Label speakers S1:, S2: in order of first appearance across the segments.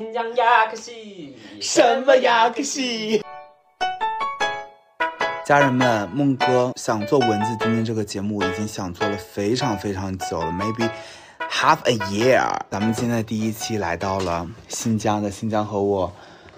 S1: 新疆亚克西，
S2: 什么呀？可惜。家人们，梦哥想做文字今天这个节目，我已经想做了非常非常久了，maybe half a year。咱们现在第一期来到了新疆的新疆和我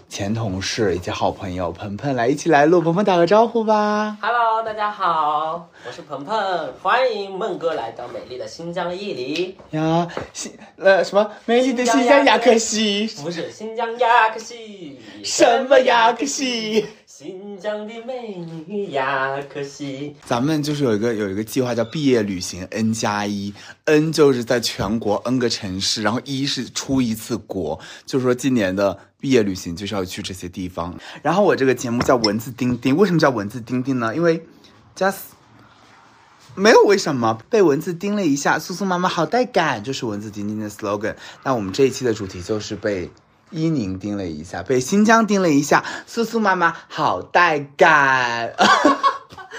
S2: 前同事以及好朋友鹏鹏来一起来录，鹏鹏打个招呼吧。
S1: ？Hello，大家好，我是鹏鹏，欢迎梦哥来到美丽的新疆伊犁，
S2: 呀，新呃什么美丽的新疆雅克西，
S1: 不是新疆亚克西，
S2: 什么雅克西？
S1: 新疆的美女亚克西，
S2: 咱们就是有一个有一个计划叫毕业旅行 N 加一，N 就是在全国 N 个城市，然后一是出一次国，就是说今年的毕业旅行就是要去这些地方。然后我这个节目叫文字钉钉，为什么叫文字钉钉呢？因为 just 没有为什么被蚊子叮了一下，苏苏妈妈好带感，就是蚊子叮叮的 slogan。那我们这一期的主题就是被伊宁叮了一下，被新疆叮了一下，苏苏妈妈好带感，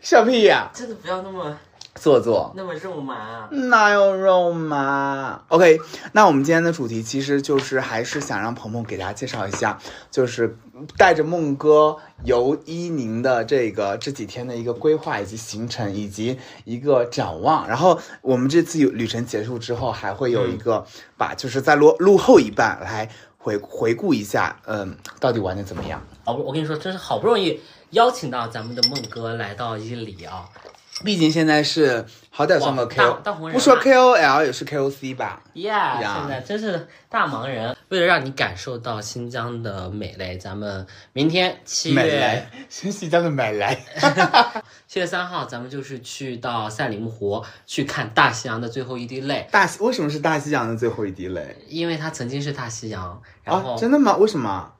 S2: 笑屁呀、
S1: 真的不要那么
S2: 做作。
S1: 那么肉麻，啊
S2: 哪有肉麻？OK，那我们今天的主题其实就是还是想让鹏鹏给大家介绍一下，就是带着梦哥游伊宁的这个这几天的一个规划以及行程以及一个展望。然后我们这次有旅程结束之后，还会
S1: 嗯
S2: 有一个把就是在录录后一半来回回顾一下，嗯，到底玩的怎么样？
S1: 好哦不，我跟你说，真是好不容易邀请到咱们的梦哥来到伊犁啊，
S2: 毕竟现在是好歹算个
S1: 哇
S2: K，
S1: 大大红人啊
S2: 不说 KOL 也是 KOC 吧？
S1: Yeah，
S2: 呀
S1: 现在真是大忙人。为了让你感受到新疆的美嘞，咱们明天七
S2: 美
S1: 月
S2: 莱， 新西疆的美莱。
S1: 七月三号，咱们就是去到赛里木湖去看大西洋的最后一滴泪，
S2: 大西为什么是大西洋的最后一滴泪？
S1: 因为它曾经是大西洋，然
S2: 啊，
S1: 后
S2: 真的吗？为什么？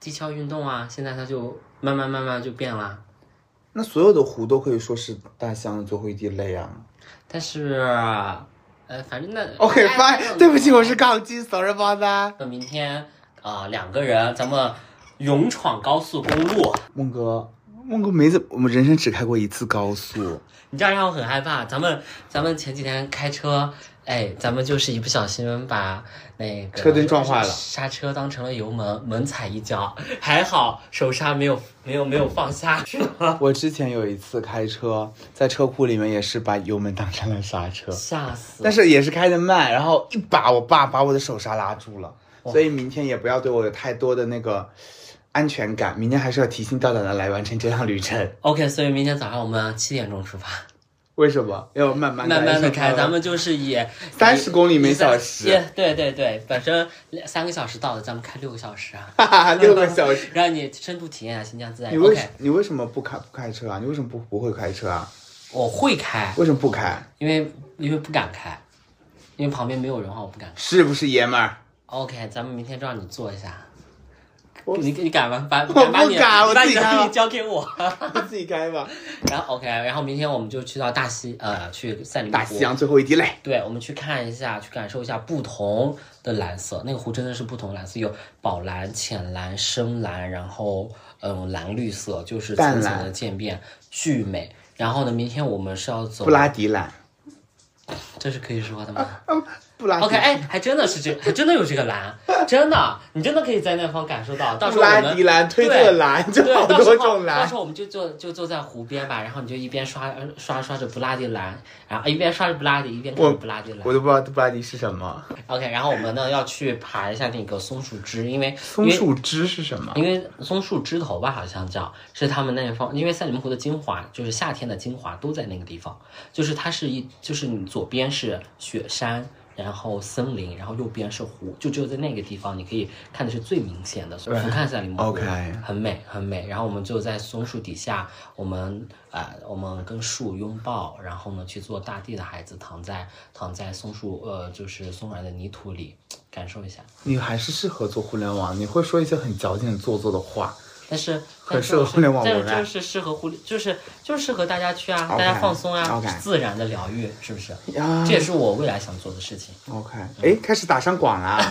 S1: 地壳运动啊，现在它就慢慢慢慢就变了。
S2: 那所有的湖都可以说是大西洋的最后一滴泪啊。
S1: 但是，呃，反正那
S2: OK
S1: 哎
S2: fine，对不起，我是杠精，sorry about that。
S1: 那明天啊、两个人咱们勇闯高速公路。
S2: 梦哥，梦哥没怎，我们人生只开过一次高速。
S1: 你这样让我很害怕。咱们咱们前几天开车，哎，咱们就是一不小心把那个
S2: 车墩撞坏了
S1: 刹车当成了油门，猛踩一脚，还好手刹没有没有没有放下。
S2: 我之前有一次开车，在车库里面也是把油门当成了刹车，
S1: 吓死！
S2: 但是也是开的慢，然后一把我爸把我的手刹拉住了，所以明天也不要对我有太多的那个安全感，明天还是要提心吊胆的来完成这趟旅程。
S1: OK，所以明天早上我们七点钟出发，
S2: 为什么要慢慢
S1: 慢慢的开，
S2: 开？
S1: 咱们就是以
S2: 30公里每小时
S1: 以三对对对，本身三个小时到的，咱们开六个小时 啊，
S2: 哈哈，六个小 时。
S1: 让你深度体验一下新疆自然。
S2: 你为
S1: 嗯 OK，
S2: 你为什么不开不开车啊？你为什么不不会开车啊？
S1: 我会开，
S2: 为什么不开？
S1: 因为因为不敢开，因为旁边没有人的话，我不敢开。
S2: 是不是爷们儿？
S1: OK，咱们明天让你做一下。
S2: 我
S1: 你你敢吗？把
S2: 我不
S1: 把你的
S2: 敢我
S1: 把
S2: 自
S1: 你
S2: 己
S1: 的
S2: 开吧
S1: 命交给我。
S2: 你自己 开吧。
S1: 然后 OK，然后明天我们就去到大西呃，去赛里木湖
S2: 大啊西。洋最后一滴泪。
S1: 对，我们去看一下，去感受一下不同的蓝色。那个湖真的是不同蓝色，有宝蓝、浅蓝、深蓝，然后嗯蓝绿色，就是
S2: 淡
S1: 层
S2: 蓝
S1: 层的渐变，巨美。然后呢，明天我们是要走
S2: 布，拉迪蓝，
S1: 这是可以说的吗？
S2: 布拉迪
S1: OK，哎，还真的是这，还真的有这个蓝，真的，你真的可以在那方感受到。到时
S2: 布
S1: 候我
S2: 拉迪
S1: 们
S2: 蓝，推特
S1: 对
S2: 蓝，就
S1: 对，
S2: 好
S1: 到时
S2: 多
S1: 候
S2: 种
S1: 到
S2: 蓝
S1: 时。候我们就坐就坐在湖边吧，然后你就一边刷刷刷着布拉迪蓝，然后啊一边刷着布拉迪，一边看着布拉迪蓝
S2: 我。都不知道布拉迪是什么。
S1: OK，然后我们呢要去爬一下那个松树枝，因为
S2: 松树枝是什么？
S1: 因为松树枝头吧，好像叫是他们那方，因为赛里木湖的精华就是夏天的精华都在那个地方，就是它是一就是你左边是雪山，然后森林，然后右边是湖，就只有在那个地方你可以看的是最明显的，俯瞰赛里木湖
S2: OK
S1: 很美很美。然后我们就在松树底下，我们啊、呃我们跟树拥抱，然后呢去做大地的孩子，躺在躺在松树呃就是松软的泥土里，感受一下。
S2: 你还是适合做互联网，你会说一些很矫情、做作的话。
S1: 但是
S2: 很
S1: 但是
S2: 适合互联网
S1: 但是
S2: 文
S1: 就
S2: 案
S1: 是适合互联，就是就是适合大家去啊大
S2: OK，
S1: 家放松啊
S2: OK
S1: 自然的疗愈，是不是？
S2: 呀
S1: 这也是我未来想做的事情。
S2: OK，哎，开始打上广 啦，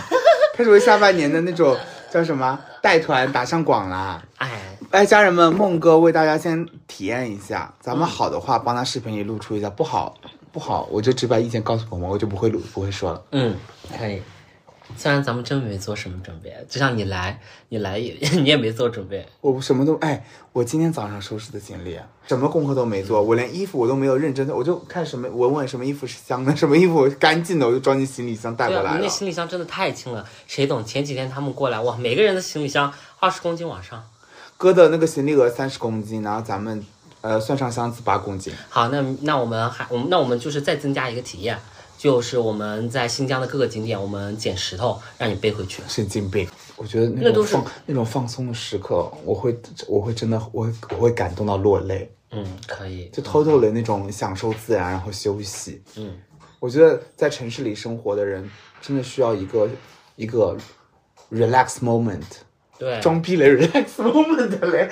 S2: 开始为下半年的那种叫什么带团打上广啦。
S1: 哎，
S2: 哎，家人们，梦哥为大家先体验一下，咱们好的话帮他视频里露出一下，不好不好我就直白意见告诉鹏鹏，我就不会录不会说了。
S1: 嗯，可以。虽然咱们真没做什么准备，就像你来，你来也 你也没做准备，
S2: 我什么都哎，我今天早上收拾的行李，什么功课都没做，我连衣服我都没有认真的，我就看什么闻闻什么衣服是香的，什么衣服干净的，我就装进行李箱带
S1: 对
S2: 过
S1: 啊，
S2: 来
S1: 你那
S2: 了。
S1: 行李箱真的太轻了，谁懂？前几天他们过来，哇，每个人的行李箱二十公斤往上。
S2: 哥的那个行李额三十公斤，然后咱们呃算上箱子八公斤。
S1: 好，那那我们还我们那我们就是再增加一个体验，就是我们在新疆的各个景点，我们捡石头让你背回去。
S2: 神经病。我觉得
S1: 那
S2: 那
S1: 都
S2: 种
S1: 是
S2: 放那种放松的时刻，我会我会真的我会我会感动到落泪，
S1: 嗯，可以。
S2: 就偷偷的那种享受自然，然后休息。
S1: 嗯，
S2: 我觉得在城市里生活的人真的需要一个一个 relax moment，
S1: 对，
S2: 装逼嘞 relax moment 嘞。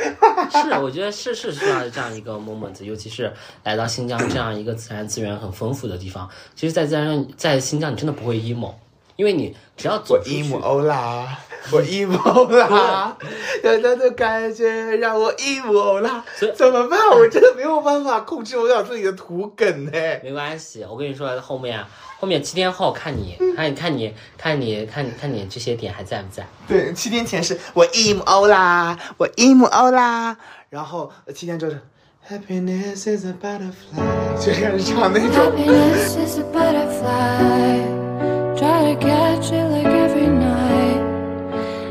S1: 是，我觉得是是需要这样一个 moment，尤其是来到新疆这样一个自然资源很丰富的地方。其实，在自然上，在新疆你真的不会 emo，因为你只要走
S2: 我
S1: 出去，
S2: emo 啦，我 emo 啦，有那种感觉让我 emo 啦
S1: 所以，
S2: 怎么办？我真的没有办法控制我俩自己的土梗呢。
S1: 没关系，我跟你说，后面啊后面七天后看你，
S2: 嗯
S1: 看你看你看你看你看你这些点还在不在？
S2: 对，七天前是我 emo 啦，我 emo 啦，然后呃七天之后是 Happiness is a butterfly，就开始唱那种。
S3: Happiness is a butterfly. Try to catch it like every night.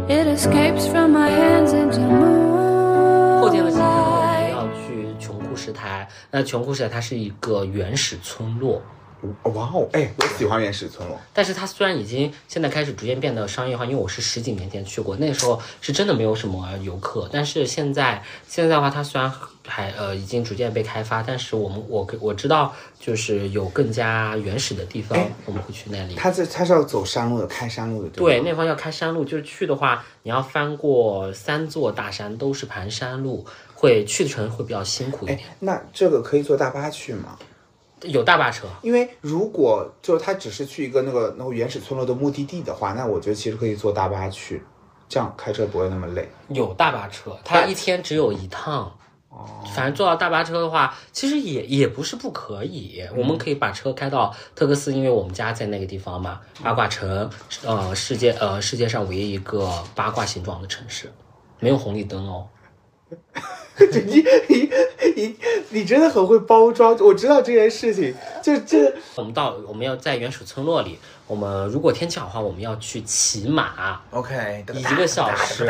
S3: It escapes from my hands into
S1: 后天的行程我们
S3: moonlight.
S1: 要去琼库什台，那琼库什台它是一个原始村落，
S2: 哇哦，哎，我喜欢原始村落，
S1: 但是它虽然已经现在开始逐渐变得商业化，因为我是十几年前去过，那时候是真的没有什么游客。但是现在现在的话，它虽然还呃已经逐渐被开发，但是我们我我知道就是有更加原始的地方
S2: 哎，
S1: 我们会去那里。
S2: 它这它是要走山路的，开山路的，
S1: 对，
S2: 吧
S1: 那方要开山路，就是去的话，你要翻过三座大山，都是盘山路，会去的程会比较辛苦一点。
S2: 哎，那这个可以坐大巴去吗？
S1: 有大巴车，
S2: 因为如果就是他只是去一个那个那个原始村落的目的地的话，那我觉得其实可以坐大巴去，这样开车不会那么累。
S1: 有大巴车，它一天只有一趟。反正坐到大巴车的话，其实也也不是不可以，我们可以把车开到特克斯，因为我们家在那个地方嘛，八卦城，呃，世界呃世界上唯一一个八卦形状的城市，没有红绿灯哦。
S2: 就你你你你真的很会包装，我知道这件事情，就这
S1: 我们到我们要在原始村落里，我们如果天气好的话，我们要去骑马
S2: OK
S1: 一个小时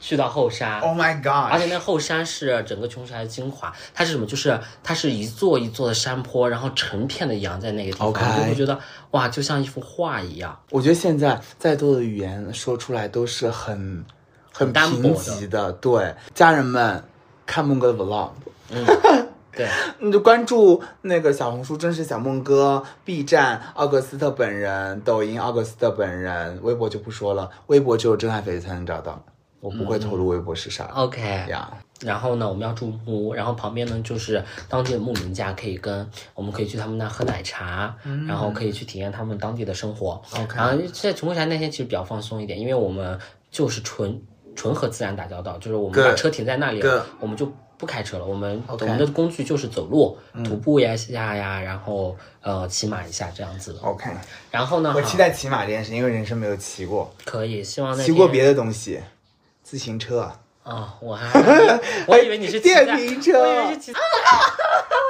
S1: 去到后山。
S2: Oh
S1: 而
S2: my God！
S1: 且那后山是整个琼山的精华，它是什么？就是它是一座一座的山坡，然后成片的羊在那个地方
S2: OK
S1: 你就会觉得哇，就像一幅画一样。
S2: 我觉得现在再多的语言说出来都是很很
S1: 单薄的
S2: 贫瘠的。对，家人们看梦哥的 vlog，
S1: 对，
S2: 你就关注那个小红书真实小梦哥、B 站奥格斯特本人、抖音奥格斯特本人，微博就不说了，微博只有真爱翡翠才能找到，我不会
S1: 嗯
S2: 透露微博是啥。
S1: OK。
S2: 呀、
S1: 然后呢，我们要住木屋，然后旁边呢就是当地的牧民家，可以跟我们可以去他们那喝奶茶，然后可以去体验他们当地的生活。
S2: 嗯 OK
S1: 然后在琼山那天其实比较放松一点，因为我们就是纯纯和自然打交道，就是我们把
S2: Good
S1: 车停在那里
S2: Good
S1: 我们就不开车了，我们
S2: OK 嗯
S1: 我们的工具就是走路、徒步呀下呀，然后呃骑马一下这样子的。
S2: o k
S1: 然后呢，
S2: 哦我
S1: 好
S2: 期待骑马这件事，因为人生没有骑过，
S1: 可以，希望那
S2: 骑过
S1: 天
S2: 别的东西，自行车。
S1: 啊、我还我以为你是骑
S2: 电
S1: 在
S2: 瓶车
S1: 我以为是骑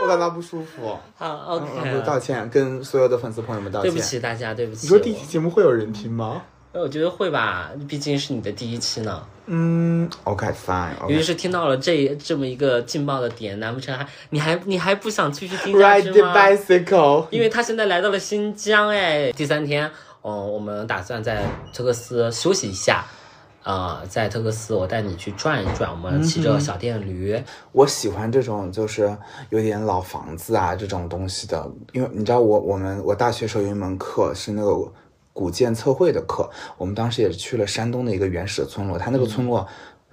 S2: 我感到不舒服，嗯
S1: 好 OK，
S2: 我道歉，跟所有的粉丝朋友们道
S1: 啊对
S2: 歉。
S1: 不，起大家，对不起。
S2: 你说第一期节目会有人听吗？
S1: 我我觉得会吧，毕竟是你的第一期呢。
S2: 嗯，OK fine
S1: 尤其
S2: OK。
S1: 是听到了这这么一个劲爆的点，难不成还你还你还不想继续听下
S2: Ride
S1: 去
S2: the
S1: 吗？
S2: bicycle。
S1: 因为他现在来到了新疆，哎，第三天，嗯、我们打算在特克斯休息一下。啊、在特克斯，我带你去转一转，我们骑
S2: 嗯
S1: 着小电驴，
S2: 我喜欢这种就是有点老房子啊这种东西的，因为你知道我我们我大学时候有一门课是那个古建测绘的课，我们当时也去了山东的一个原始的村落，它那个
S4: 嗯
S2: 村落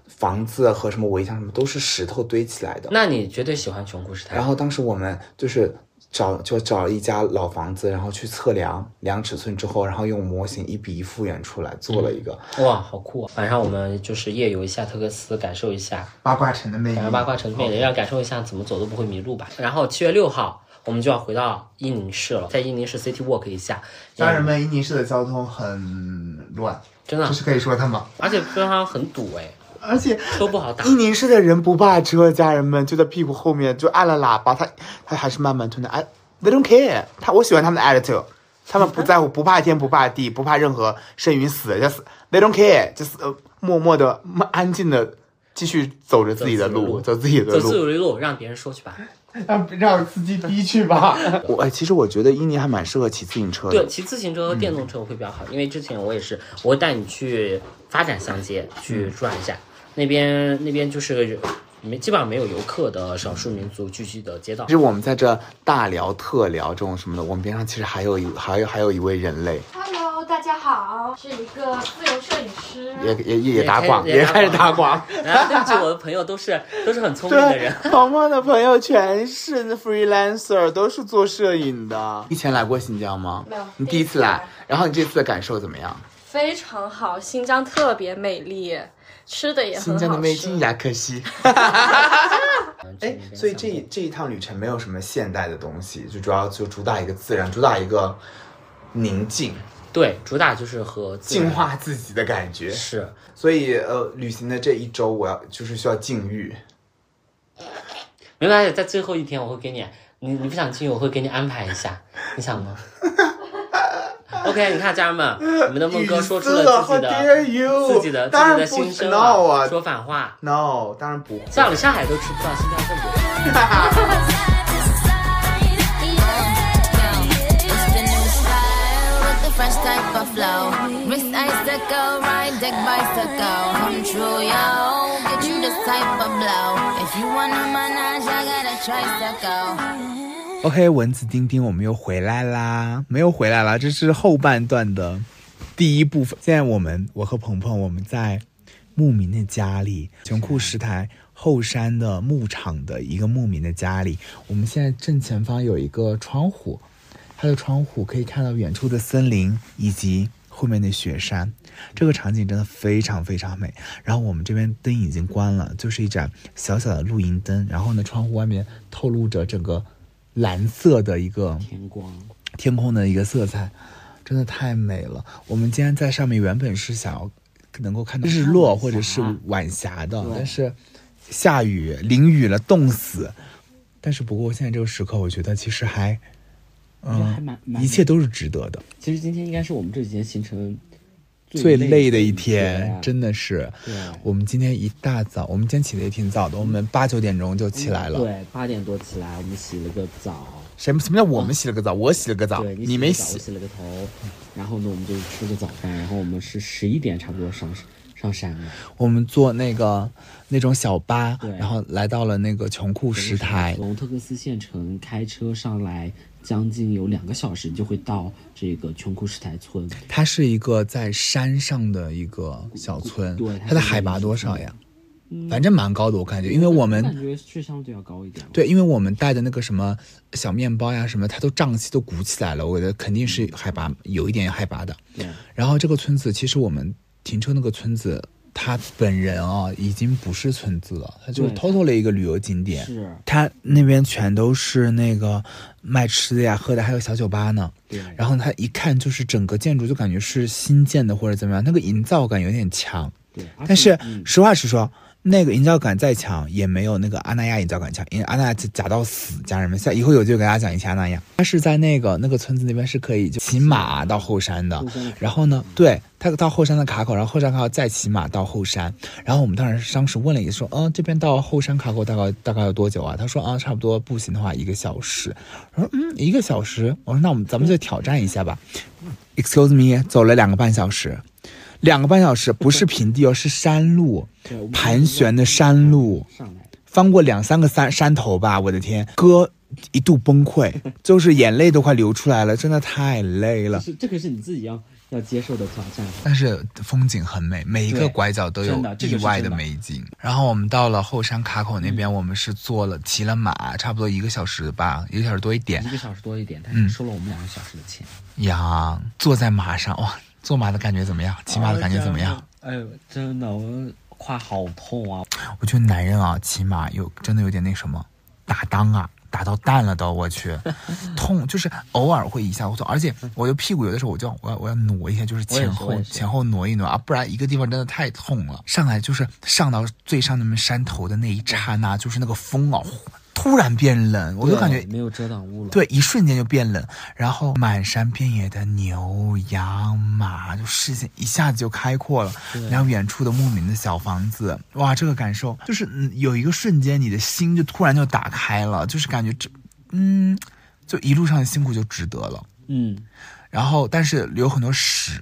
S2: 房子啊和什么围墙什么都是石头堆起来的，
S4: 嗯
S1: 那你绝对喜欢穷故事台。
S2: 然后当时我们就是找就找了一家老房子，然后去测量量尺寸之后，然后用模型一比一复原出来，做
S4: 嗯
S2: 了一个
S1: 哇，好酷、啊！晚上我们就是夜游一下特克斯，感受一下
S2: 啊八卦城的魅
S1: 感受八卦城的魅力，让感受一下怎么走都不会迷路吧。然后七月六号，我们就要回到伊宁市了，在伊宁市 City Walk 一下，嗯
S4: 家人们，伊宁市的交通很嗯乱，
S1: 真的
S4: 这，是可以说的吗？
S1: 而且非常很堵 哎，
S4: 而且
S1: 车不好打
S2: 伊。宁市的人不怕车，家人们就在屁股后面就按了喇叭，他他还是慢慢吞的。哎，They don't care，他我喜欢他们的 attitude，他们不在乎，不怕天，不怕地，不怕任何生与死，就是 They don't care，就是呃默默的、安静的继续走着自己的路，走自己的
S1: 走自
S2: 路。
S1: 由的路，让别人说去吧。
S4: 让让司机逼去吧。
S2: 我哎，其实我觉得伊宁还蛮适合骑自行车
S1: 对，
S2: 的。
S1: 骑自行车和电动车会比较好，因为之前我也是，我会带你去发展巷街去转一下，
S2: 嗯
S1: 那边那边就是没基本上没有游客的少数民族聚集的街 道
S2: 就。是我们在这大聊特聊这种什么的，我们边上其实还有一还有还有一位人类，
S5: Hello，大家好，是一个自由摄影师。
S2: 也也也
S1: 也
S2: 打
S1: 开
S2: 广，
S1: 也
S2: 也
S1: 打
S2: 开始
S1: 广
S2: 打广。
S1: 然哎后对不起，我的朋友都是都是很聪明的
S2: 对
S1: 人。，
S2: 鹏鹏的朋友全是 freelancer，都是做摄影的。以前来过新疆吗？
S5: 没有
S2: 你第一次来，然后你这次的感受怎么 样？
S5: 非常好，新疆特别美丽，吃的也很好
S2: 新
S5: 吃。
S2: 疆的魅力雅可西。哎
S1: 哎，
S2: 所以这这一趟旅程没有什么现代的东西，就主要就主打一个自然，主打一个宁静、
S1: 对主打就是和自然
S2: 净化自己的感觉。
S1: 是
S2: 所以呃，旅行的这一周，我要就是需要禁欲。
S1: 没关系，在最后一天我会给你，你你不想去，我会给你安排一 下，你想吗？OK，你看家人 们，我们的梦哥说出了自己
S2: 语塞
S1: 的
S2: ，How dare you！
S1: 自己的自
S2: 当
S1: 己
S2: 然
S1: 的
S2: 不
S1: 心声
S2: 闹
S1: 了，
S2: 啊
S1: 说反话，
S2: No，当然不 会。
S1: 像我们上海都吃不到新疆正宗。
S6: Fresh type of flow, wrist icicle, ride deck bicycle, come true yo, get you this type of blow. If you wanna manage, I got a tricycle.
S2: OK，蚊子丁丁，我们又回来啦，没有回来啦，这是后半段的第一部分。现在我们，我和鹏鹏，我们在牧民的家里，穷库石台后山的牧场的一个牧民的家里。我们现在正前方有一个窗户，它的窗户可以看到远处的森林以及后面的雪山，这个场景真的非常非常美。然后我们这边灯已经关了，就是一盏小小的露营灯，然后呢，窗户外面透露着整个蓝色的一个
S1: 天光，
S2: 天空的一个色彩，真的太美了。我们今天在上面原本是想要能够看到日落或者是晚霞的，但是下雨淋雨了，冻死。但是不过现在这个时刻，我觉得其实还，
S1: 觉得
S2: 嗯、
S1: 还蛮蛮
S2: 一切都是值得的。
S1: 其实今天应该是我们这几天行程
S2: 最累的一天，啊真的是
S1: 啊对。啊
S2: 我们今天一大早，我们今天起的也挺早的，我们八九点钟就起来了。
S1: 对，八点多起来，我们洗了个澡。
S2: 什么什么叫我们洗了个澡？我洗了个澡，
S1: 对，你
S2: 啊没
S1: 洗了个澡，我洗了个头，然后呢，我们就吃个早饭，然后我们是十一点差不多上上山了。
S2: 我们坐那个那种小巴
S1: 对，
S2: 然后来到了那个穷库石台。
S1: 从特克斯县城开车上来，将近有两个小时，你就会到这个穷库什台村。
S2: 它是一个在山上的一个嗯小村，
S1: 对它
S2: 它的
S1: 是
S2: 海拔多少呀？反正蛮高的，我感觉，因为我们
S1: 感觉是相对要高一点。，
S2: 对，因为我们带的那个什么小面包呀什么，它都胀气都鼓起来了，我觉得肯定是海拔有一点海拔的。
S1: 对
S2: 然后这个村子，其实我们停车那个村子，它本人啊、已经不是村子了，它就是
S1: 对
S2: 偷偷的一个旅游景点。
S1: 是，
S2: 它那边全都是那个卖吃的呀、喝的，还有小酒吧呢。
S1: 对。
S2: 然后它一看就是整个建筑就感觉是新建的或者怎么样，那个营造感有点强。
S1: 对，而且
S2: 但是
S1: 嗯
S2: 实话实说，那个营造感再强，也没有那个阿那亚营造感强，因为阿那亚假到死，家人们，下以后有机会给大家讲一下阿那亚。它是在那个那个村子那边是可以就骑马到后山的
S1: 后山的嗯卡，
S2: 然后呢，对，它到后山的卡口，然后后山卡口再骑马到后山。然后我们当时当时问了一下，说，嗯，这边到后山卡口大概大概有多久啊？他说啊，差不多步行的话一个小时。我说嗯，一个小时。我说那我们咱们就挑战一下吧。Excuse me，走了两个半小时。两个半小时，不是平地哦，是山路
S1: 对我们，
S2: 盘旋的山路，
S1: 上来，
S2: 翻过两三个山山头吧，我的天，哥一度崩溃，就是眼泪都快流出来了，真的太累
S1: 就
S2: 了。
S1: 是这个是你自己要要接受的挑战。
S2: 但是风景很美，每一
S1: 对
S2: 个拐角都有
S1: 真的这
S2: 意
S1: 个是
S2: 外
S1: 真的嗯
S2: 美景。然后我们到了后山卡口那边，我们是坐了骑了马，差不多一个小时吧，一个小时多一点
S1: 一。个小时多一点，
S7: 嗯
S1: 但是收了我们两个小时的钱。
S2: 呀，坐在马上哇，坐马的感觉怎么样？骑
S1: 哦
S2: 马的感觉怎么样？
S1: 哎呦，真的，我胯好痛啊！
S2: 我觉得男人啊，骑马有真的有点那什么，打当啊，打到蛋了都，我去，痛就是偶尔会一下会痛，而且我就屁股有的时候我就要我要我要挪一下，就是
S7: 我也
S2: 前
S7: 是
S2: 后
S7: 我也是
S2: 前后挪一挪啊，不然一个地方真的太痛了。上来就是上到最上那么山头的那一刹那，就是那个风啊，呼突然变冷，我就感觉
S7: 对没有遮挡物了。
S2: 对，一瞬间就变冷，然后满山遍野的牛羊马，就视线一下子就开阔了。然后远处的牧民的小房子，哇，这个感受就是嗯有一个瞬间，你的心就突然就打开了，就是感觉这，嗯，就一路上的辛苦就值得了。
S7: 嗯，
S2: 然后，但是有很多屎，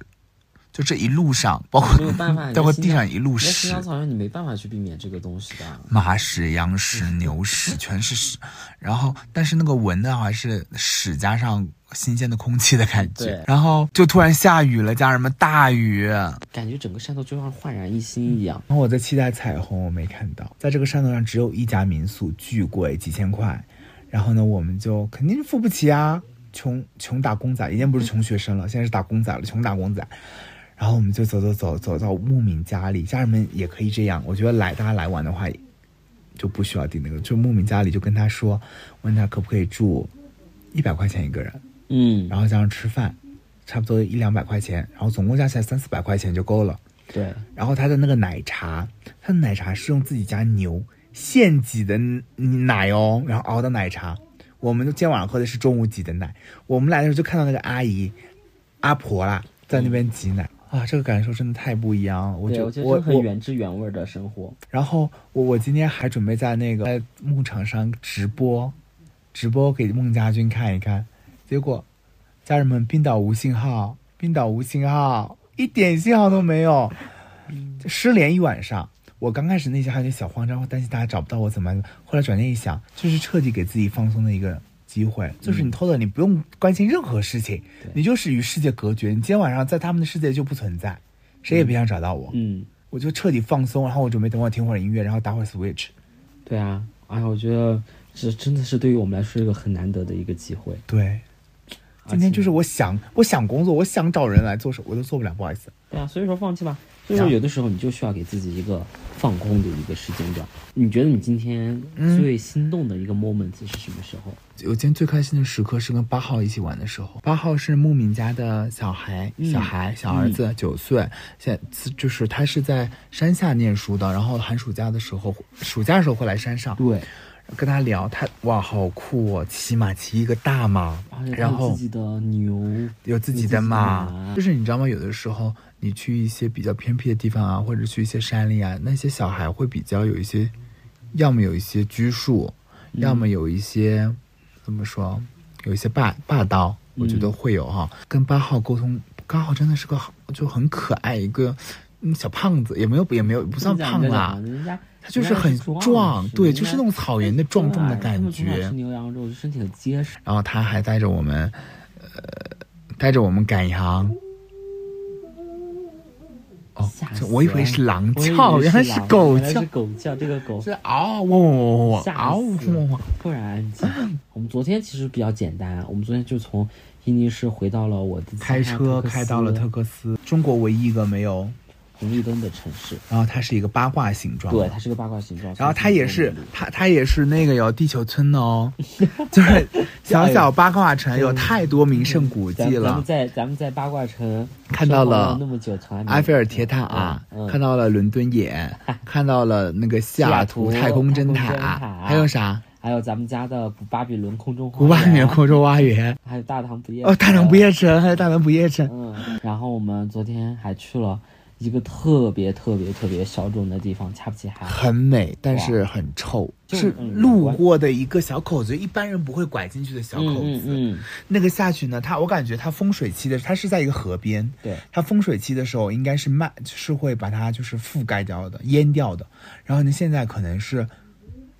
S2: 就这一路上，包括
S7: 没有办法，
S2: 包括
S7: 你在新
S2: 地上
S7: 疆
S2: 一路
S7: 你在新
S2: 屎
S7: 疆，草原你没办法去避免这个东西的。
S2: 马屎、羊屎、牛屎，全是屎。然后，但是那个闻的还是屎加上新鲜的空气的感觉
S7: 对。
S2: 然后就突然下雨了，家人们，大雨。然
S7: 感觉整个山头就像焕然一新一样。
S2: 后我在期待彩虹，我没看到。在这个山头上只有一家民宿，巨贵，几千块。然后呢，我们就肯定是付不起啊，穷穷打工仔，已经不是穷学生了，现在是打工仔了，穷打工仔。然后我们就走走走走到牧民家里，家人们也可以这样。我觉得来大家来玩的话，就不需要订那个，就牧民家里就跟他说，问他可不可以住一百块钱一个人，
S7: 嗯，
S2: 然后加上吃饭，差不多一两百块钱，然后总共加起来三四百块钱就够了。
S7: 对，
S2: 然后他的那个奶茶，他的奶茶是用自己家牛现挤的奶哦，然后熬的奶茶。我们就今天晚上喝的是中午挤的奶。我们来的时候就看到那个阿姨、阿婆啦，在那边挤奶、啊，这个感受真的太不一样了。我觉
S7: 对，
S2: 得
S7: 我觉得
S2: 我
S7: 是很原汁原味的生活。
S2: 然后我我今天还准备在那个在牧场上直播，直播给孟家军看一看，结果家人们冰岛无信号，冰岛无信号，一点信号都没有， 失联一晚上。我刚开始内心还有点小慌张，会担心大家找不到我怎么办，后来转念一想，就是彻底给自己放松的一个机会，就是你偷了，你不用关心任何事情，你就是与世界隔绝，你今天晚上在他们的世界就不存在，谁也别想找到我。
S7: 嗯，
S2: 我就彻底放松，然后我准备等会儿听会儿音乐，然后打会儿 Switch。
S7: 对啊，哎呀，我觉得这真的是对于我们来说一个很难得的一个机会。
S2: 对，啊今天就是我想，我想工作，我想找人来做事，我都做不了，不好意思。
S7: 对啊，所以说放弃吧。所以说有的时候你就需要给自己一个放空的一个时间表。你觉得你今天
S2: 嗯
S7: 最心动的一个 moment 是什么时候？
S2: 我今天最开心的时刻是跟八号一起玩的时候，八号是牧民家的小孩，
S7: 嗯
S2: 小孩小儿子九、岁，现在就是他是在山下念书的，然后寒暑假的时候，暑假的时候会来山上，
S7: 对，
S2: 跟他聊，他哇好酷哦，骑马骑一个大马
S7: 而啊且，他有
S2: 然后
S7: 自己的牛，
S2: 有自己的
S7: 有自己的
S2: 嘛
S7: 马，
S2: 就是你知道吗？有的时候你去一些比较偏僻的地方啊，或者去一些山里啊，那些小孩会比较有一些，要么有一些拘束，要么有一些怎么说，有一些霸霸道，我觉得会有哈、跟八号沟通，八号真的是个好，就很可爱一个嗯小胖子，也没有也没有不算胖啦。
S7: 人家
S2: 他就是很
S7: 啊
S2: 壮，对，就是那种草原哎的壮壮的感觉。
S7: 吃牛羊肉就身体很结实。
S2: 然后他还带着我们，呃，带着我们赶羊。哦
S7: 吓，
S2: 这
S7: 死
S2: 我以为是狼叫，
S7: 我以为
S2: 原来
S7: 是
S2: 是
S7: 狼
S2: 狗
S7: 原来
S2: 叫
S7: 是，狗叫，这个狗
S2: 是嗷喔喔喔
S7: 吓
S2: 嗷
S7: 死
S2: 喔喔。
S7: 突然安静。 我们昨天其实比较简单，啊我们昨天就从伊尼市回到了我的
S2: 开
S7: 萨哈
S2: 车
S7: 特克斯
S2: 开到了特克斯，中国唯一一个没有。
S7: 红绿灯的城市。
S2: 然后它是一个八卦形状，
S7: 对，它是个八卦形状。
S2: 嗯然后它也是
S7: 所以
S2: 它它也是那个有地球村的哦，就是小小八卦城有太多名胜古
S7: 咱
S2: 迹
S7: 们咱
S2: 了
S7: 们。在咱们在八卦城
S2: 看到了
S7: 生活那么久，从来没有
S2: 埃菲尔铁塔、啊，
S7: 嗯嗯嗯嗯
S2: 看到了伦敦眼，看到了那个西雅图
S7: 西雅图
S2: 太空针
S7: 太空针塔
S2: 还有啥？
S7: 还有咱们家的古巴比伦空中花
S2: 古巴
S7: 园
S2: 年空中花园，
S7: 还有大唐不夜
S2: 哦，大唐
S7: 城
S2: 不。夜城，还有大唐不夜城，
S7: 嗯，然后我们昨天还去了一个特别特别特别小众的地方——恰布奇海。
S2: 很美，但是很臭，
S7: 就是嗯
S2: 路过的一个小口子，一般人不会拐进去的小口
S7: 嗯
S2: 子。
S7: 嗯
S2: 那个下去呢，它我感觉它风水期的，它是在一个河边，
S7: 对
S2: 它风水期的时候应该是漫，是会把它就是覆盖掉的、淹掉的。然后呢，现在可能是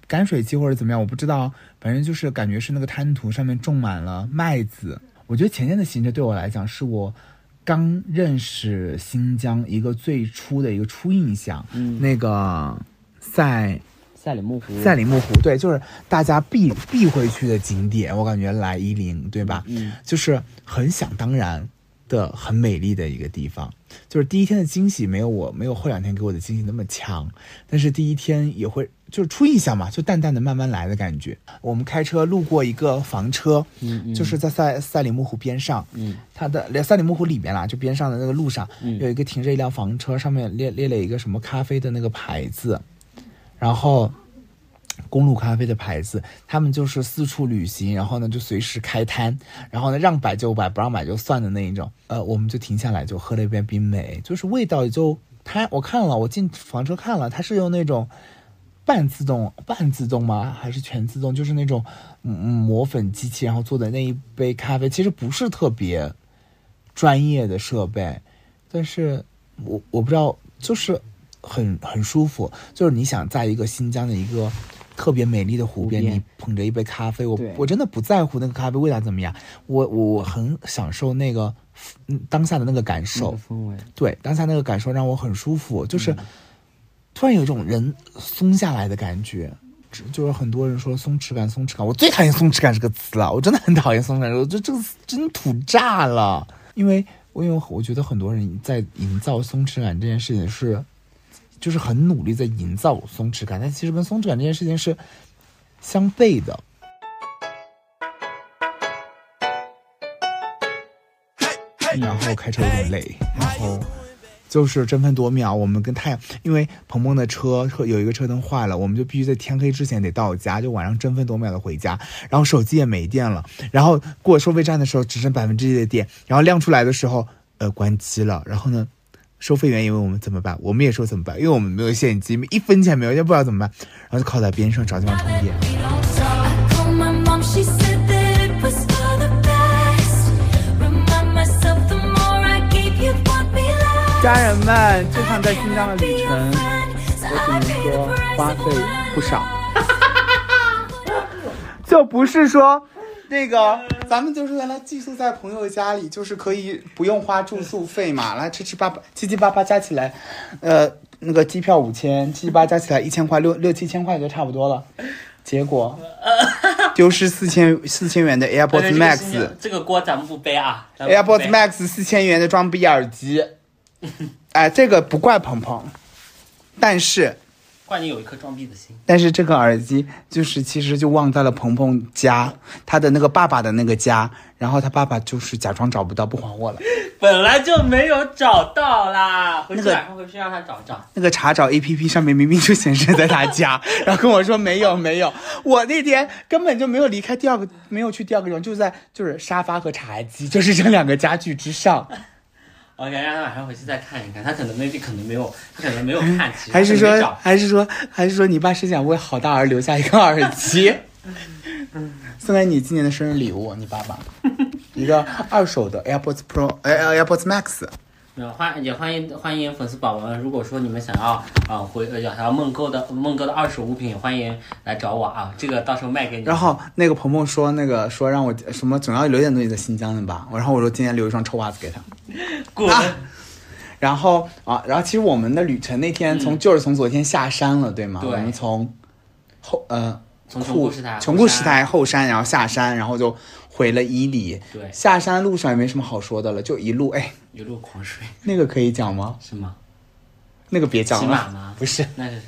S2: 干水期或者怎么样，我不知道，反正就是感觉是那个滩涂上面种满了麦子。我觉得前天的行程对我来讲是我。刚认识新疆一个最初的一个初印象，
S7: 嗯
S2: 那个塞
S7: 嗯，赛里木湖。
S2: 赛里木湖，对，就是大家必必会去的景点。我感觉来伊犁，对吧？
S7: 嗯，
S2: 就是很想当然，的很美丽的一个地方。就是第一天的惊喜没有我没有后两天给我的惊喜那么强，但是第一天也会就是初印象嘛，就淡淡的慢慢来的感觉。我们开车路过一个房车，嗯就是在赛赛里木湖边上，嗯，它的赛里木湖里面啦，就边上的那个路上、有一个停着一辆房车，上面列列了一个什么咖啡的那个牌子，然后。公路咖啡的牌子，他们就是四处旅行，然后呢就随时开摊，然后呢让摆就摆，不让摆就算的那一种。呃，我们就停下来就喝了一杯冰美，就是味道也就它，我看了，我进房车看了，它是用那种半自动、半自动吗？还是全自动？就是那种嗯嗯磨粉机器，然后做的那一杯咖啡，其实不是特别专业的设备，但是我我不知道，就是很很舒服，就是你想在一个新疆的一个特别美丽的湖边，
S7: 边
S2: 你捧着一杯咖啡，我
S7: 对
S2: 我真的不在乎那个咖啡味道怎么样，我我我很享受那个嗯当下的那个感受，
S7: 氛围，
S2: 对，当下那个感受让我很舒服，就是突然有一种人松下来的感觉。只就是很多人说松弛感，松弛感，我最讨厌松弛感这个词了，我真的很讨厌松弛感，我觉得这个词真土炸了。因为我因为我觉得很多人在营造松弛感这件事情是，就是很努力在营造松弛感，但其实跟松弛感这件事情是相悖的。然后开车又很累，然后就是争分夺秒。我们跟太阳，因为鹏鹏的车车有一个车灯坏了，我们就必须在天黑之前得到家，就晚上争分夺秒的回家。然后手机也没电了，然后过收费站的时候只剩百分之一的电，然后亮出来的时候呃关机了。然后呢，收费员也问我们怎么办，我们也说怎么办，因为我们没有现金，一分钱没有，也不知道怎么办，然后就靠在边上找地方充电。
S3: I called my mom, she said that it was for the best. Remind myself the more I gave you what we left.
S2: 家人们，这趟在新疆的
S3: Be
S2: 旅
S3: your
S2: 程。
S3: friend, so
S2: 我只
S3: I
S2: 能
S3: pay the
S2: 说
S3: price
S2: 花
S3: of
S2: 费
S3: what
S2: 不少，就不是说
S1: 那个，咱们就是原来寄宿在朋友家里，就是可以不用花住宿费嘛，来吃吃八八七七八八加起来，
S2: 呃那个机票五千，七七八加起来一千块，六六七千块就差不多了。结果
S1: 丢失四千四千元的 AirPods
S7: 这个
S1: Max
S7: 是。这个锅咱们不背啊咱们不背
S1: AirPods Max 四千元的装逼耳机，哎，这个不怪鹏鹏，但是
S7: 怪你有一颗装逼的心。
S1: 但是这个耳机就是其实就忘在了鹏鹏家，他的那个爸爸的那个家，然后他爸爸就是假装找不到不还我了。
S7: 本来就没有找到啦，回去
S1: 那个
S7: 晚上回去让他找找。
S1: 那个查找 APP 上面明明就显示在他家， 然后跟我说没有没有，我那天根本就没有离开第二个，没有去第二个地方，就在就是沙发和茶几，就是这两个家具之上，
S7: OK，让他晚上回去再看一看，他可能 maybe 可能没有，他可能没有看齐，
S1: 还是
S7: 他可能
S1: 说
S7: 没找
S1: 还是说还是说你爸是想为好大儿留下一个耳机，送给你今年的生日礼物，你爸爸一个二手的 AirPods Pro，哎、呃 AirPods Max，
S7: 呃，欢也欢迎欢迎粉丝宝宝们，如果说你们想要啊、呃回呃想要梦购的梦购的二手物品，也欢迎来找我啊，这个到时候卖给你。
S1: 然后那个鹏鹏说那个说让我什么总要留点东西在新疆的吧，然后我说今天留一双臭袜子给他。
S7: 滚，
S1: 啊然后啊，然后其实我们的旅程那天从、就是从昨天下山了，对吗？
S7: 嗯对
S1: 我们从后呃
S7: 从
S1: 库
S7: 穷固石台
S1: 穷
S7: 后
S1: 固
S7: 山
S1: 石台后山，然后下山，然后就回了伊犁。
S7: 对
S1: 下山路上也没什么好说的了，就一路哎，
S7: 一路狂睡
S1: 那个可以讲吗？
S7: 是吗？
S1: 那个别讲了，
S7: 骑马吗
S1: 不是，
S7: 那是啥？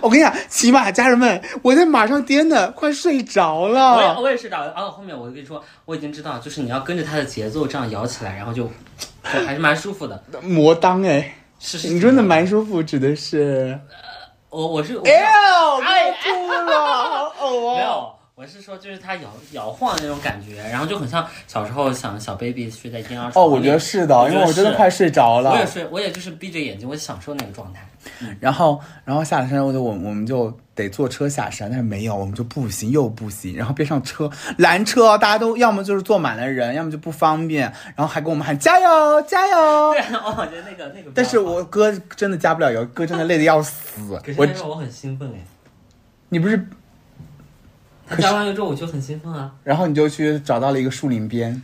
S1: 我跟你讲，骑马，家人们，我在马上颠的快睡着
S7: 我也
S1: 了。
S7: 我也是找哦，后面我跟你说，我已经知道，就是你要跟着它的节奏这样摇起来，然后就就还是蛮舒服的。
S1: 摩当哎，
S7: 是是，
S1: 你真的蛮舒服，指的是。
S7: 我我是我
S1: 哎
S7: 是
S1: 呦，别哭了，好
S2: 哦
S1: 呕啊！
S7: 没有，我是说就是它摇摇晃那种感觉，然后就很像小时候想小 baby 睡在婴儿床
S1: 哦，
S7: 里。
S1: 我觉得是的，
S7: 我觉
S1: 因
S7: 得
S1: 为我真的
S7: 是
S1: 快睡着了。
S7: 我也睡，我也就是闭着眼睛，我享受那个状态。
S1: 然后，然后下了山，我就我我们就得坐车下山，但是没有，我们就步行又步行，然后边上车拦车，大家都要么就是坐满了人，要 么就不方便，然后还跟我们喊加油加油
S7: 对。，哦，我觉得那个那个比较好。
S1: 但是我哥真的加不了油，哥真的累得要死
S7: 可。是
S1: 我
S7: 那时候我很兴奋哎，
S1: 你不是，
S7: 他加完油之后我就很兴奋啊。
S1: 然后你就去找到了一个树林边，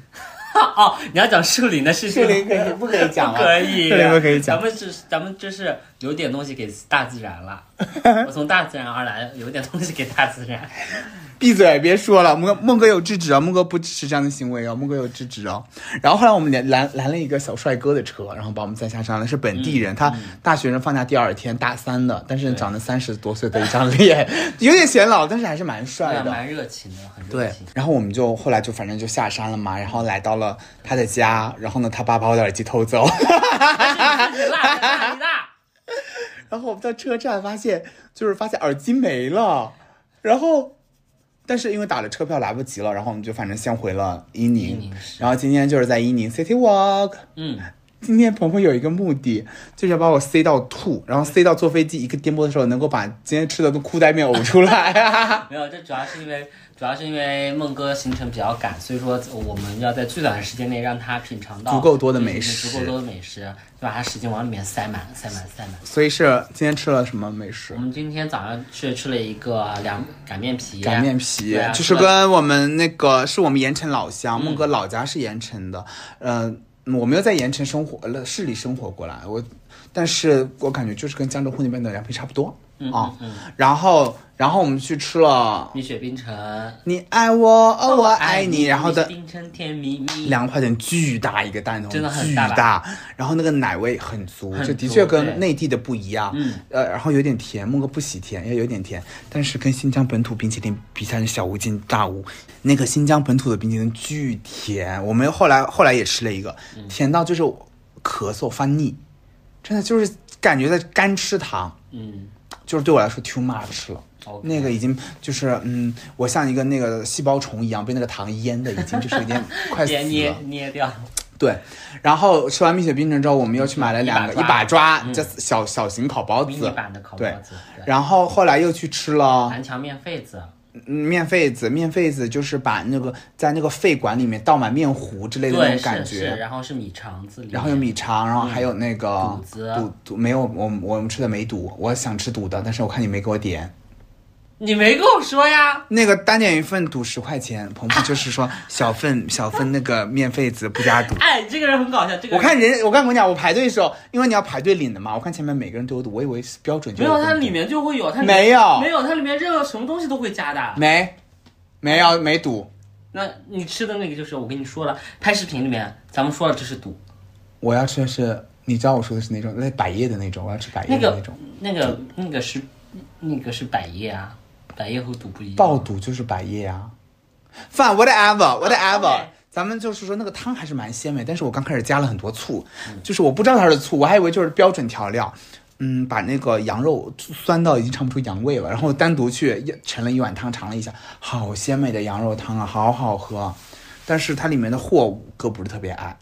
S7: 哦，你要讲树林的事情
S1: 树
S7: 吗，
S1: 林可以不可以讲
S7: 不
S1: 啊？
S7: 可以，
S1: 树林不可以 讲
S7: 咱。们只咱们就是 留点东西给大自然了，我从大自然而来，留点东西给大自然。
S2: 闭嘴，别说了。梦梦哥有制止啊，梦哥不支持这样的行为啊，梦哥有制止啊。然后后来我们拦拦拦了一个小帅哥的车，然后把我们载下山了，是本地人，他大学生放假第二天，大三的，但是长得三十多岁的一张脸， 有点显老，但是还是蛮帅
S7: 呃
S2: 的。
S1: 蛮热情的，很热
S2: 对
S1: 情，。
S2: 然后我们就后来就反正就下山了嘛，然后来到了他的家，然后呢，他爸把我的耳机偷走，
S1: 你辣，你辣，你辣！
S2: 然后我们到车站发现就是发现耳机没了，然后但是因为打了车票来不及了，然后我们就反正先回了伊宁，
S1: 伊宁市
S2: 然后今天就是在伊宁 City Walk。
S1: 嗯，
S2: 今天鹏鹏有一个目的，就是要把我塞到吐，然后塞到坐飞机一个颠簸的时候，能够把今天吃的都裤带面呕出来、啊
S1: 没有，这主要是因为，主要是因为梦哥行程比较赶，所以说我们要在最短的时间内让他品尝到
S2: 足够多的美食
S1: 足够多的美食，就把他使劲往里面塞满，塞满，塞满。
S2: 所以是今天吃了什么美食
S1: 我？们今天早上去吃了一个凉擀面皮，
S2: 擀面皮，
S1: 对啊嗯
S2: 就
S1: 吃
S2: 是
S1: 了
S2: 跟我们那个是我们盐城老乡，梦、哥老家是盐城的，嗯、我没有在盐城生活，呃市里生活过来，我，但是我感觉就是跟江浙沪那边的凉皮差不多、
S1: 嗯
S2: 啊。然后，然后我们去吃了，
S1: 蜜雪冰城，
S2: 你爱我，哦，我爱你，
S1: 你，
S2: 然后的
S1: 蜜雪冰城甜蜜蜜，
S2: 两块钱巨大一个蛋筒，哦
S1: 真的很
S2: 巨
S1: 大吧
S2: 大，然后那个奶味很足，
S1: 很
S2: 这的
S1: 足对
S2: 确跟内地的不一样。
S1: 嗯，
S2: 呃，然后有点甜，木哥不喜甜，也有点甜，但是跟新疆本土冰淇淋比起来，小巫见大巫。那个新疆本土的冰淇淋巨甜，我们后来后来也吃了一个，
S1: 嗯
S2: 甜到就是咳嗽发腻，真的就是感觉在干吃糖，
S1: 嗯，
S2: 就是对我来说 too much 了。
S1: OK
S2: 那个已经就是嗯，我像一个那个细胞虫一样被那个糖淹的，已经就是有点快 死
S1: 捏捏
S2: 了。
S1: 捏掉，
S2: 对，然后吃完蜜雪冰城之后，我们又去买了两个
S1: 一
S2: 一
S1: 把
S2: 把
S1: 抓嗯
S2: 抓，这小小型烤包
S1: 迷你
S2: 子，
S1: 版的烤包
S2: 对
S1: 子，对
S2: 然后后来又去吃了
S1: 南墙面肺子，
S2: 嗯面肺子，面肺子就是把那个在那个肺管里面倒满面糊之类的那
S1: 对，
S2: 种
S1: 是
S2: 感
S1: 是
S2: 觉，
S1: 然后是米肠子里面，
S2: 然后有米肠，然后还有那个
S1: 嗯肚子
S2: 肚肚没有，我们我们吃的没肚，我想吃肚的，但是我看你没给我点。
S1: 你没跟我说呀？
S2: 那个单点一份肚十块钱，鹏鹏就是说小份 小份那个面肺子不 加肚。
S1: 哎，这个人很搞笑，这个
S2: 我
S1: 人
S2: 看人，我跟你讲，我排队的时候，因为你要排队领的嘛，我看前面每个人都有肚，我以为是标准就
S1: 没有，
S2: 分
S1: 它
S2: 肚
S1: 里面就会有，它里
S2: 没有
S1: 没有，它里面任何什么东西都会加的。
S2: 没没有没肚，
S1: 那你吃的那个就是我跟你说了，拍视频里面咱们说了这是赌，
S2: 我要吃的是，你知道我说的是哪种？那百叶的那种，我要吃百叶
S1: 那
S2: 的
S1: 个
S2: 那种。
S1: 那个那个是那个是百叶啊，百叶和赌不一样。
S2: 爆肚就是百叶啊。饭 whatever whatever，、
S1: 哦 OK
S2: 咱们就是说那个汤还是蛮鲜美，但是我刚开始加了很多醋，就是我不知道它是醋，我还以为就是标准调料。嗯，把那个羊肉酸到已经尝不出羊味了，然后单独去呃盛了一碗汤尝了一下，好鲜美的羊肉汤啊，好好喝。但是它里面的货哥不是特别爱，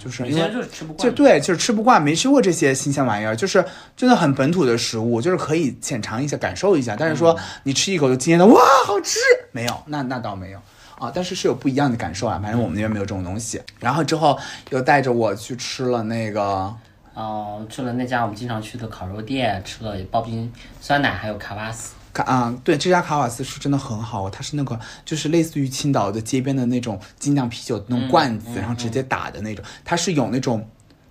S2: 就是
S1: 有
S2: 因
S1: 些
S2: 为
S1: 人就是吃不惯
S2: 就对，就是吃不惯，没吃过这些新鲜玩意儿，就是真的很本土的食物，就是可以浅尝一下，感受一下。但是
S1: 嗯
S2: 说你吃一口就惊艳的，哇，好吃，没有，那那倒没有。啊，但是是有不一样的感受啊，反正我们那边没有这种东西。然后之后又带着我去吃了那个，
S1: 呃，去了那家我们经常去的烤肉店，吃了刨冰酸奶，还有卡瓦斯。
S2: 卡啊，对，这家卡瓦斯是真的很好，它是那个就是类似于青岛的街边的那种精酿啤酒的那种罐子，然后直接打的那种，它是有那种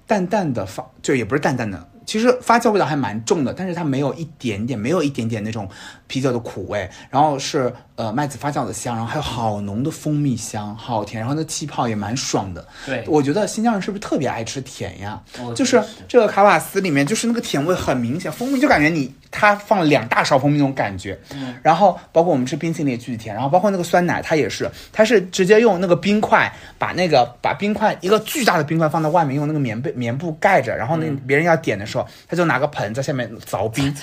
S2: 淡淡的发，就也不是淡淡的，其实发酵味道还蛮重的，但是它没有一点点，没有一点点那种啤酒的苦味，然后是呃麦子发酵的香，然后还有好浓的蜂蜜香，好甜，然后那气泡也蛮爽的。
S1: 对
S2: 我觉得新疆人是不是特别爱吃甜呀？
S1: 哦
S2: 就
S1: 确
S2: 是
S1: 实
S2: 这个卡瓦斯里面，就是那个甜味很明显，蜂蜜就感觉你它放了两大勺蜂蜜那种感觉。嗯，然后包括我们吃冰淇淋也巨甜，然后包括那个酸奶它也是，它是直接用那个冰块把那个把冰块一个巨大的冰块放到外面，用那个棉被棉布盖着，然后
S1: 嗯
S2: 那别人要点的时候，他就拿个盆在下面凿冰。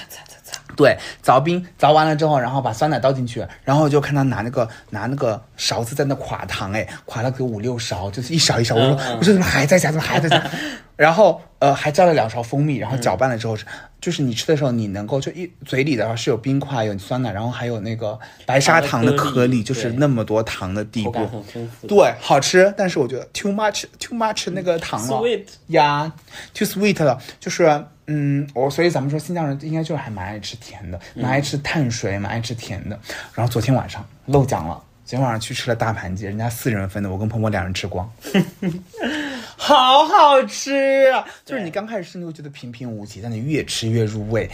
S2: 对，凿冰凿完了之后，然后把酸奶倒进去，然后就看他拿那个拿那个勺子在那垮糖，哎，垮了有五六勺，就是一勺一勺。
S1: 嗯
S2: 我说、我说怎么还在加，怎么 还在加？然后呃还加了两勺蜂蜜，然后
S1: 嗯
S2: 搅拌了之后，就是你吃的时候，你能够就一嘴里的话是有冰块，有酸奶，然后还有那个白砂糖的
S1: 糖的颗
S2: 颗
S1: 粒
S2: 粒，就是
S1: 对
S2: 那么多糖的地
S1: 口感
S2: 步，
S1: 很丰富
S2: 对，好吃，但是我觉得 too much too much 那个糖了
S1: sweet
S2: 呀、t o o sweet 了，就是嗯，我所以咱们说新疆人应该就是还蛮爱吃甜的，蛮爱吃碳水，蛮爱吃甜的。然后昨天晚上漏讲了，昨天晚上去吃了大盘鸡，人家四人份的，我跟鹏鹏两人吃光，好好吃啊！就是你刚开始吃，你会觉得平平无奇，但你越吃越入味，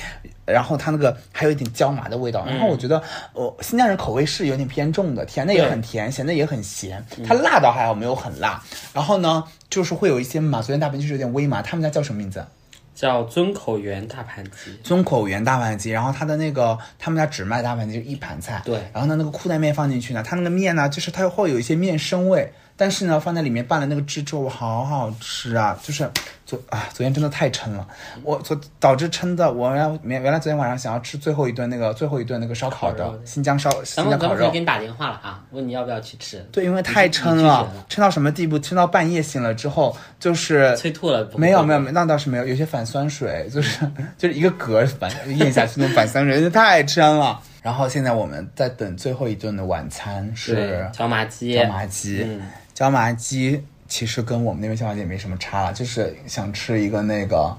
S2: 然后它那个还有一点椒麻的味道。然后我觉得，呃，新疆人口味是有点偏重的，甜的也很甜，咸的也很咸，它辣倒还好，没有很辣。然后呢，就是会有一些麻，昨天大便就是有点微麻，他们家叫什么名字啊？
S1: 叫尊口园大盘鸡。
S2: 尊口园大盘鸡，然后它的那个他们家只卖大盘鸡，就一盘菜。
S1: 对
S2: 然后呢，那个裤带面放进去呢，它那个面呢，就是它会有一些面生味，但是呢，放在里面拌了那个汁之后，好好吃啊！就是昨啊，昨天真的太撑了，我昨导致撑的我原来原原来昨天晚上想要吃最后一顿那个最后一顿那个烧烤
S1: 烤肉
S2: 的新疆烧
S1: 咱
S2: 新
S1: 们
S2: 疆
S1: 咱
S2: 烤
S1: 们可以
S2: 肉
S1: 给。你打电话了啊，问你要不要去吃。
S2: 对，因为太撑
S1: 你拒绝了
S2: 了，撑到什么地步？撑到半夜醒了之后，就是
S1: 催吐了不会
S2: 没有
S1: 吧
S2: 没有没有，那倒是没有，有些反酸水，就是就是一个嗝反咽下去那种反酸水，太撑了。然后现在我们在等最后一顿的晚餐是啊
S1: 对，椒麻鸡，
S2: 椒麻鸡
S1: 嗯，
S2: 椒麻鸡其实跟我们那边椒麻鸡也没什么差了，就是想吃一个那个，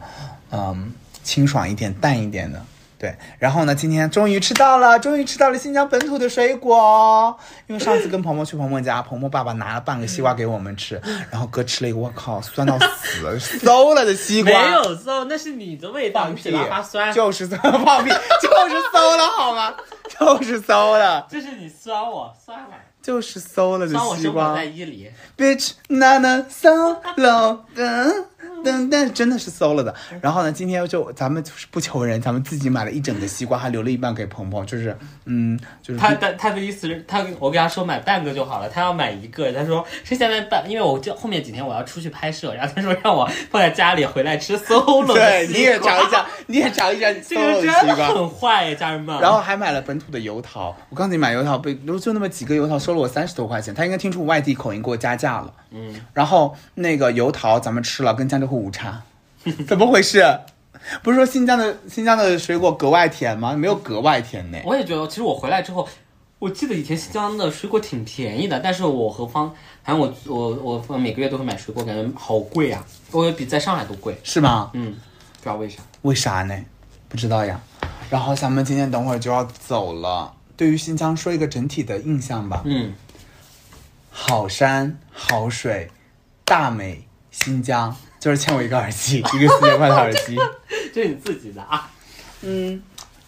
S2: 嗯，清爽一点、淡一点的。对，然后呢，今天终于吃到了，终于吃到了新疆本土的水果哦。因为上次跟鹏鹏去鹏鹏家，鹏鹏爸爸拿了半个西瓜给我们吃，然后哥吃了一个，我靠，酸到死了，馊了的西瓜。
S1: 没有馊，那是你的味道，
S2: 放
S1: 你
S2: 屁
S1: 嘴巴发酸，，
S2: 就是馊，放屁，就是馊了，好吗？ 就是馊了，
S1: 这是你酸我，酸了，
S2: 就是馊了的
S1: 酸我
S2: 西
S1: 生
S2: 瓜。
S1: 活在伊犁，
S2: bitch na na solo，噔噔噔，真的是 solo 的。然后呢，今天就咱们就是不求人，咱们自己买了一整个西瓜，还留了一半给鹏鹏，就是嗯，就是
S1: 他的他的意思是，他我跟他说买半个就好了，他要买一个，他说剩下那半，因为我就后面几天我要出去拍摄，然后他说让我放在家里回来吃 solo 的
S2: 对，
S1: 西瓜
S2: 你也尝一下，你也尝一下
S1: 这个真
S2: solo 的西
S1: 的
S2: 瓜。
S1: 很坏呀，家人们。
S2: 然后还买了本土的油桃，我告诉你买油桃被就那么几个油桃收了我三十多块钱，他应该听出我外地口音给我加价了。嗯，然后那个油桃咱们吃了跟江浙沪无差， 怎么回事？不是说新疆的新疆的水果格外甜吗？没有格外甜呢。
S1: 我也觉得，其实我回来之后，我记得以前新疆的水果挺便宜的，但是我和方，反正我我我每个月都会买水果，感觉好贵啊，我比在上海都贵。
S2: 是吗？
S1: 嗯，不知道为啥。
S2: 为啥呢？不知道呀。然后咱们今天等会儿就要走了，对于新疆说一个整体的印象吧。
S1: 嗯，
S2: 好山好水，大美新疆，就是欠我一个耳机，一个四千块的耳机，
S1: 这是你自己的啊。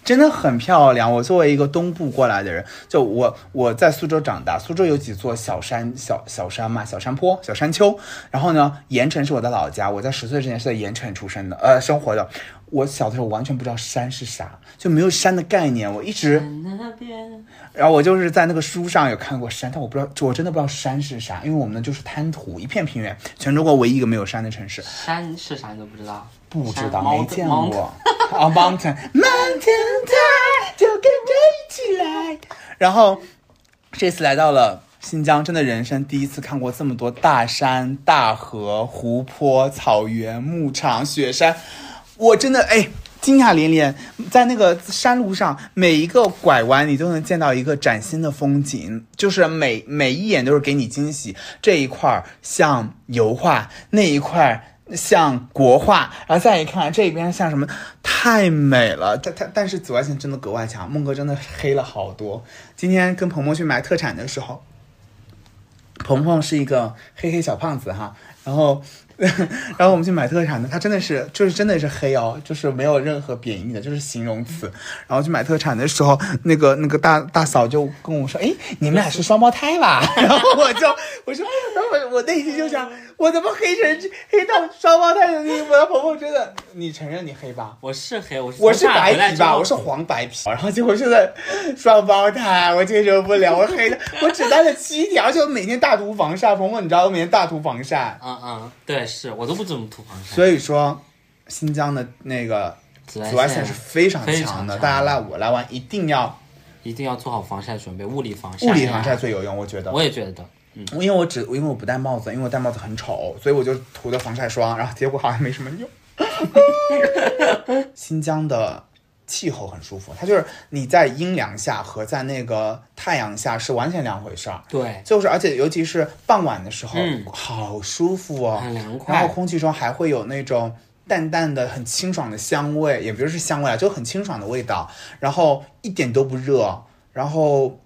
S2: 真的很漂亮。我作为一个东部过来的人，就我我在苏州长大，苏州有几座小山小小山嘛，小山坡、小山丘。然后呢，盐城是我的老家，我在十岁之前是在盐城出生的，呃，生活的。我小的时候完全不知道山是啥，就没有山的概念，我一直。
S1: 那边
S2: 然后我就是在那个书上有看过山，但我不知道，我真的不知道山是啥，因为我们呢就是滩涂，一片平原，全中国唯一一个没有山的城市，
S1: 山是啥你都不知道？
S2: 不知
S1: 山
S2: 道，没
S1: mountain-
S2: 见
S1: mountain-
S2: 过。啊，mountain mountain time，就跟着一起来。然后这次来到了新疆，真的人生第一次看过这么多大山、大河、湖泊、草原、牧场、雪山，我真的哎。惊讶连连，在那个山路上，每一个拐弯你都能见到一个崭新的风景，就是每每一眼都是给你惊喜。这一块儿像油画，那一块儿像国画，然后再一看这边像什么，太美了。但但但是紫外线真的格外强，梦哥真的黑了好多。今天跟鹏鹏去买特产的时候，鹏鹏是一个黑黑小胖子哈，然后。 然后我们去买特产的，他真的是就是真的是黑哦，就是没有任何贬义的，就是形容词。然后去买特产的时候，那个那个大大嫂就跟我说：“哎，你们俩是双胞胎吧？” 然后我就我说，然后我我内心就想，我怎么黑成这黑到双胞胎的地步？鹏鹏真的，你承认你黑吧？
S1: 我是黑，我是
S2: 我是
S1: 从上海回来
S2: 白皮
S1: 之后
S2: 吧，我是黄白皮，然后结果现在双胞胎，我接受不了，我黑的，我只戴了七条，而且我每天大涂防晒，鹏鹏你知道我每天大涂防晒，
S1: 嗯嗯，对，是我都不怎么涂防晒，
S2: 所以说新疆的那个
S1: 紫
S2: 紫外线
S1: 线
S2: 是非常
S1: 非
S2: 强
S1: 常
S2: 的，
S1: 强
S2: 大家来我来玩一定要
S1: 一定要做好防晒准备，物理防晒，
S2: 物理防晒，最有用，我觉得。
S1: 我也觉得。
S2: 因为我只因为我不戴帽子，因为我戴帽子很丑，所以我就涂的防晒霜，然后结果好像没什么用。 新疆的气候很舒服，它就是你在阴凉下和在那个太阳下是完全两回事儿。
S1: 对，
S2: 就是，而且尤其是傍晚的时候，
S1: 嗯
S2: 好舒服哦，
S1: 很凉快
S2: 然后空气中还会有那种淡淡的、很清爽的香味，也不是香味啊，就很清爽的味道。然后一点都不热。然后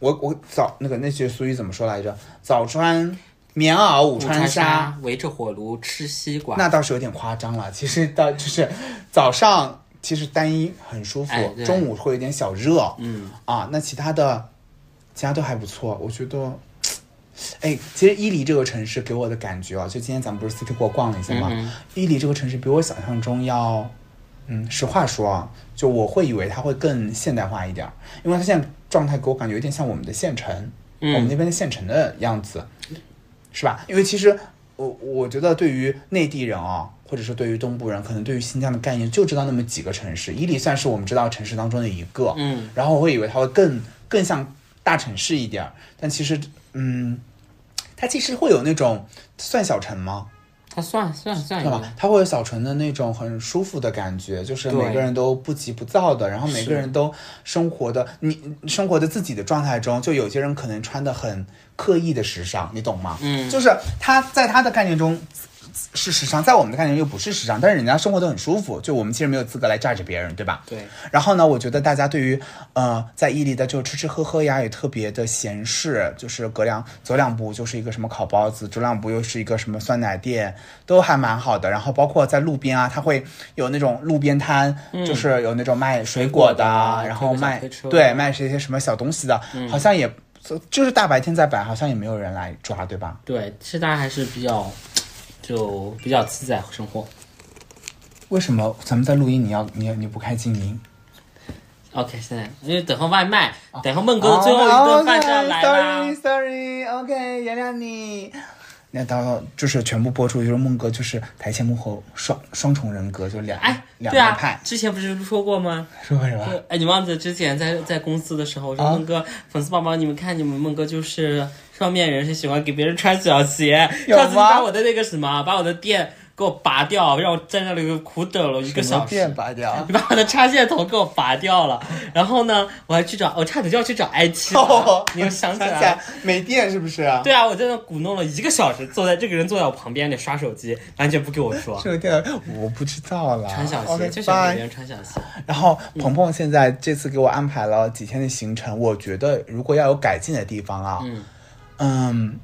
S2: 我我早那个那句俗语怎么说来着？早穿棉袄、午
S7: 午餐
S2: 穿纱，
S7: 围着火炉吃西瓜。
S2: 那倒是有点夸张了。其实到就是早上其实单衣很舒服，
S7: 哎对
S2: 中午会有点小热，
S7: 嗯
S2: 啊，那其他的其他都还不错，我觉得。哎，其实伊犁这个城市给我的感觉啊，就今天咱们不是 City 过逛了一下嘛，
S7: 嗯哼
S2: 伊犁这个城市比我想象中要，嗯，实话说啊，就我会以为它会更现代化一点儿，因为它现在状态给我感觉有点像我们的县城，
S7: 嗯
S2: 我们那边的县城的样子，是吧？因为其实我我觉得对于内地人啊，或者是对于东部人，可能对于新疆的概念就知道那么几个城市，伊犁算是我们知道的城市当中的一个。
S7: 嗯，
S2: 然后我会以为它会更更像大城市一点儿，但其实嗯，它其实会有那种算小城吗？
S7: 它算算算
S2: 对吧？它会有小城的那种很舒服的感觉，就是
S7: 对
S2: 每个人都不急不躁的，然后每
S7: 是
S2: 个人都生活的你生活的自己的状态中，就有些人可能穿的很刻意的时尚，你懂吗？
S7: 嗯
S2: 就是他在他的概念中是时尚，在我们的概念中又不是时尚，但是人家生活的很舒服，就我们其实没有资格来 judge 别人，对吧？
S7: 对。
S2: 然后呢，我觉得大家对于呃在伊犁的这个吃吃喝喝呀，也特别的闲适，就是隔两走两步就是一个什么烤包子，走两步又是一个什么酸奶店，都还蛮好的。然后包括在路边啊，它会有那种路边摊，就是有那种卖水果的，
S7: 嗯水果的啊
S2: 然后
S7: 推个小
S2: 卖
S7: 推车嗯
S2: 对卖这些什么小东西的，好像也就是大白天在摆，好像也没有人来抓，对吧？
S7: 对，其实大家还是比较就比较自在生活。
S2: 为什么咱们在录音你要你你不开静音？
S7: OK，现在因为等会外卖，
S2: 哦
S7: 等会梦哥的最后一顿饭就要来
S2: Sorry
S7: 啦。
S2: Sorry 哦 OK，原谅你。那到时候就是全部播出，就是梦哥就是台前幕后双双重人格，就两
S7: 哎，
S2: 两
S7: 对
S2: 个
S7: 啊
S2: 派，，
S7: 之前不是说过吗？
S2: 是为什么？
S7: 对哎，你忘记之前在在公司的时候，我说
S2: 啊
S7: 梦哥、粉丝宝宝，你们看你们梦哥就是双面人，是喜欢给别人穿小鞋。
S2: 有
S7: 上次你
S2: 吗
S7: 把我的那个什么，把我的店给我拔掉，让我站那里苦等了一个小时。
S2: 变拔掉
S7: 你把我的插线头给我拔掉了，然后呢，我还去找，我差点就要去找 i 七
S2: 哦
S7: 了，你又想起 来了。
S2: 没电是不是？
S7: 对啊，我在那鼓弄了一个小时，坐在这个人坐在我旁边得刷手机，完全不给我说
S2: 这。个电我不知道了。
S7: 穿小鞋
S2: OK，
S7: 就喜欢给别
S2: bye
S7: 人穿小鞋。
S2: 然后鹏鹏现在这次给我安排了几天的行程，我觉得如果要有改进的地方啊，
S7: 嗯
S2: 嗯，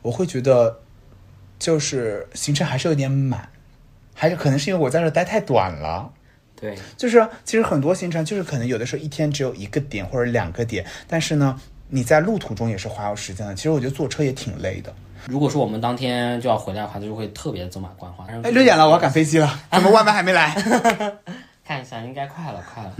S2: 我会觉得就是行程还是有点满，还是可能是因为我在这儿待太短了。
S7: 对，
S2: 就是其实很多行程就是可能有的时候一天只有一个点或者两个点，但是呢，你在路途中也是花有时间的。其实我觉得坐车也挺累的。
S7: 如果说我们当天就要回来的话，就会特别走马观花。
S2: 哎，六点了，我要赶飞机 了，怎么外卖还没来
S7: 看一下，应该快了，快了。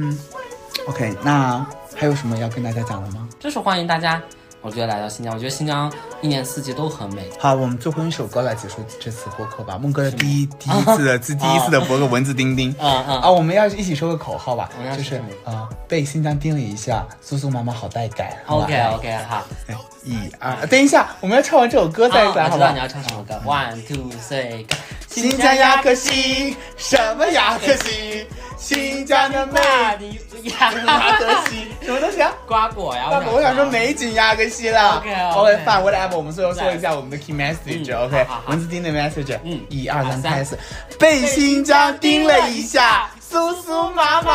S2: ？OK，那还有什么要跟大家讲的吗？
S7: 就是欢迎大家，我觉得来到新疆，我觉得新疆一年四季都很美。
S2: 好，我们最后一首歌来结束这次播客吧。梦哥的第一第一
S7: 啊
S2: 次的自第一次的播客文字钉钉。
S7: 嗯嗯
S2: 啊，我们要一起说个口号吧
S7: 我们，要
S2: 就
S7: 说
S2: 是
S7: 什么
S2: 啊，被新疆叮了一下，苏苏妈妈好带感。好吧
S7: OK OK 好，
S2: 哎一二，等一下，我们要唱完这首歌再
S7: 啊
S2: 来，
S7: 我
S2: 好
S7: 知
S2: 吧
S7: 道你？要唱什么歌，One Two Three，go
S2: 新疆亚克西，什么亚克西？新疆的美
S7: 那你
S2: 亚
S7: 呀，
S2: 克西，什么东西啊？
S7: 瓜果呀，
S2: 那我想说美景亚克西啦。
S7: OK，OK
S2: OK fine whatever。我们最后说一下我们的 key message
S7: 嗯
S2: OK
S7: 好好好
S2: 文字钉的 message。
S7: 嗯
S2: 一二三
S7: 好
S2: 开始。被新疆盯了一下，苏苏妈妈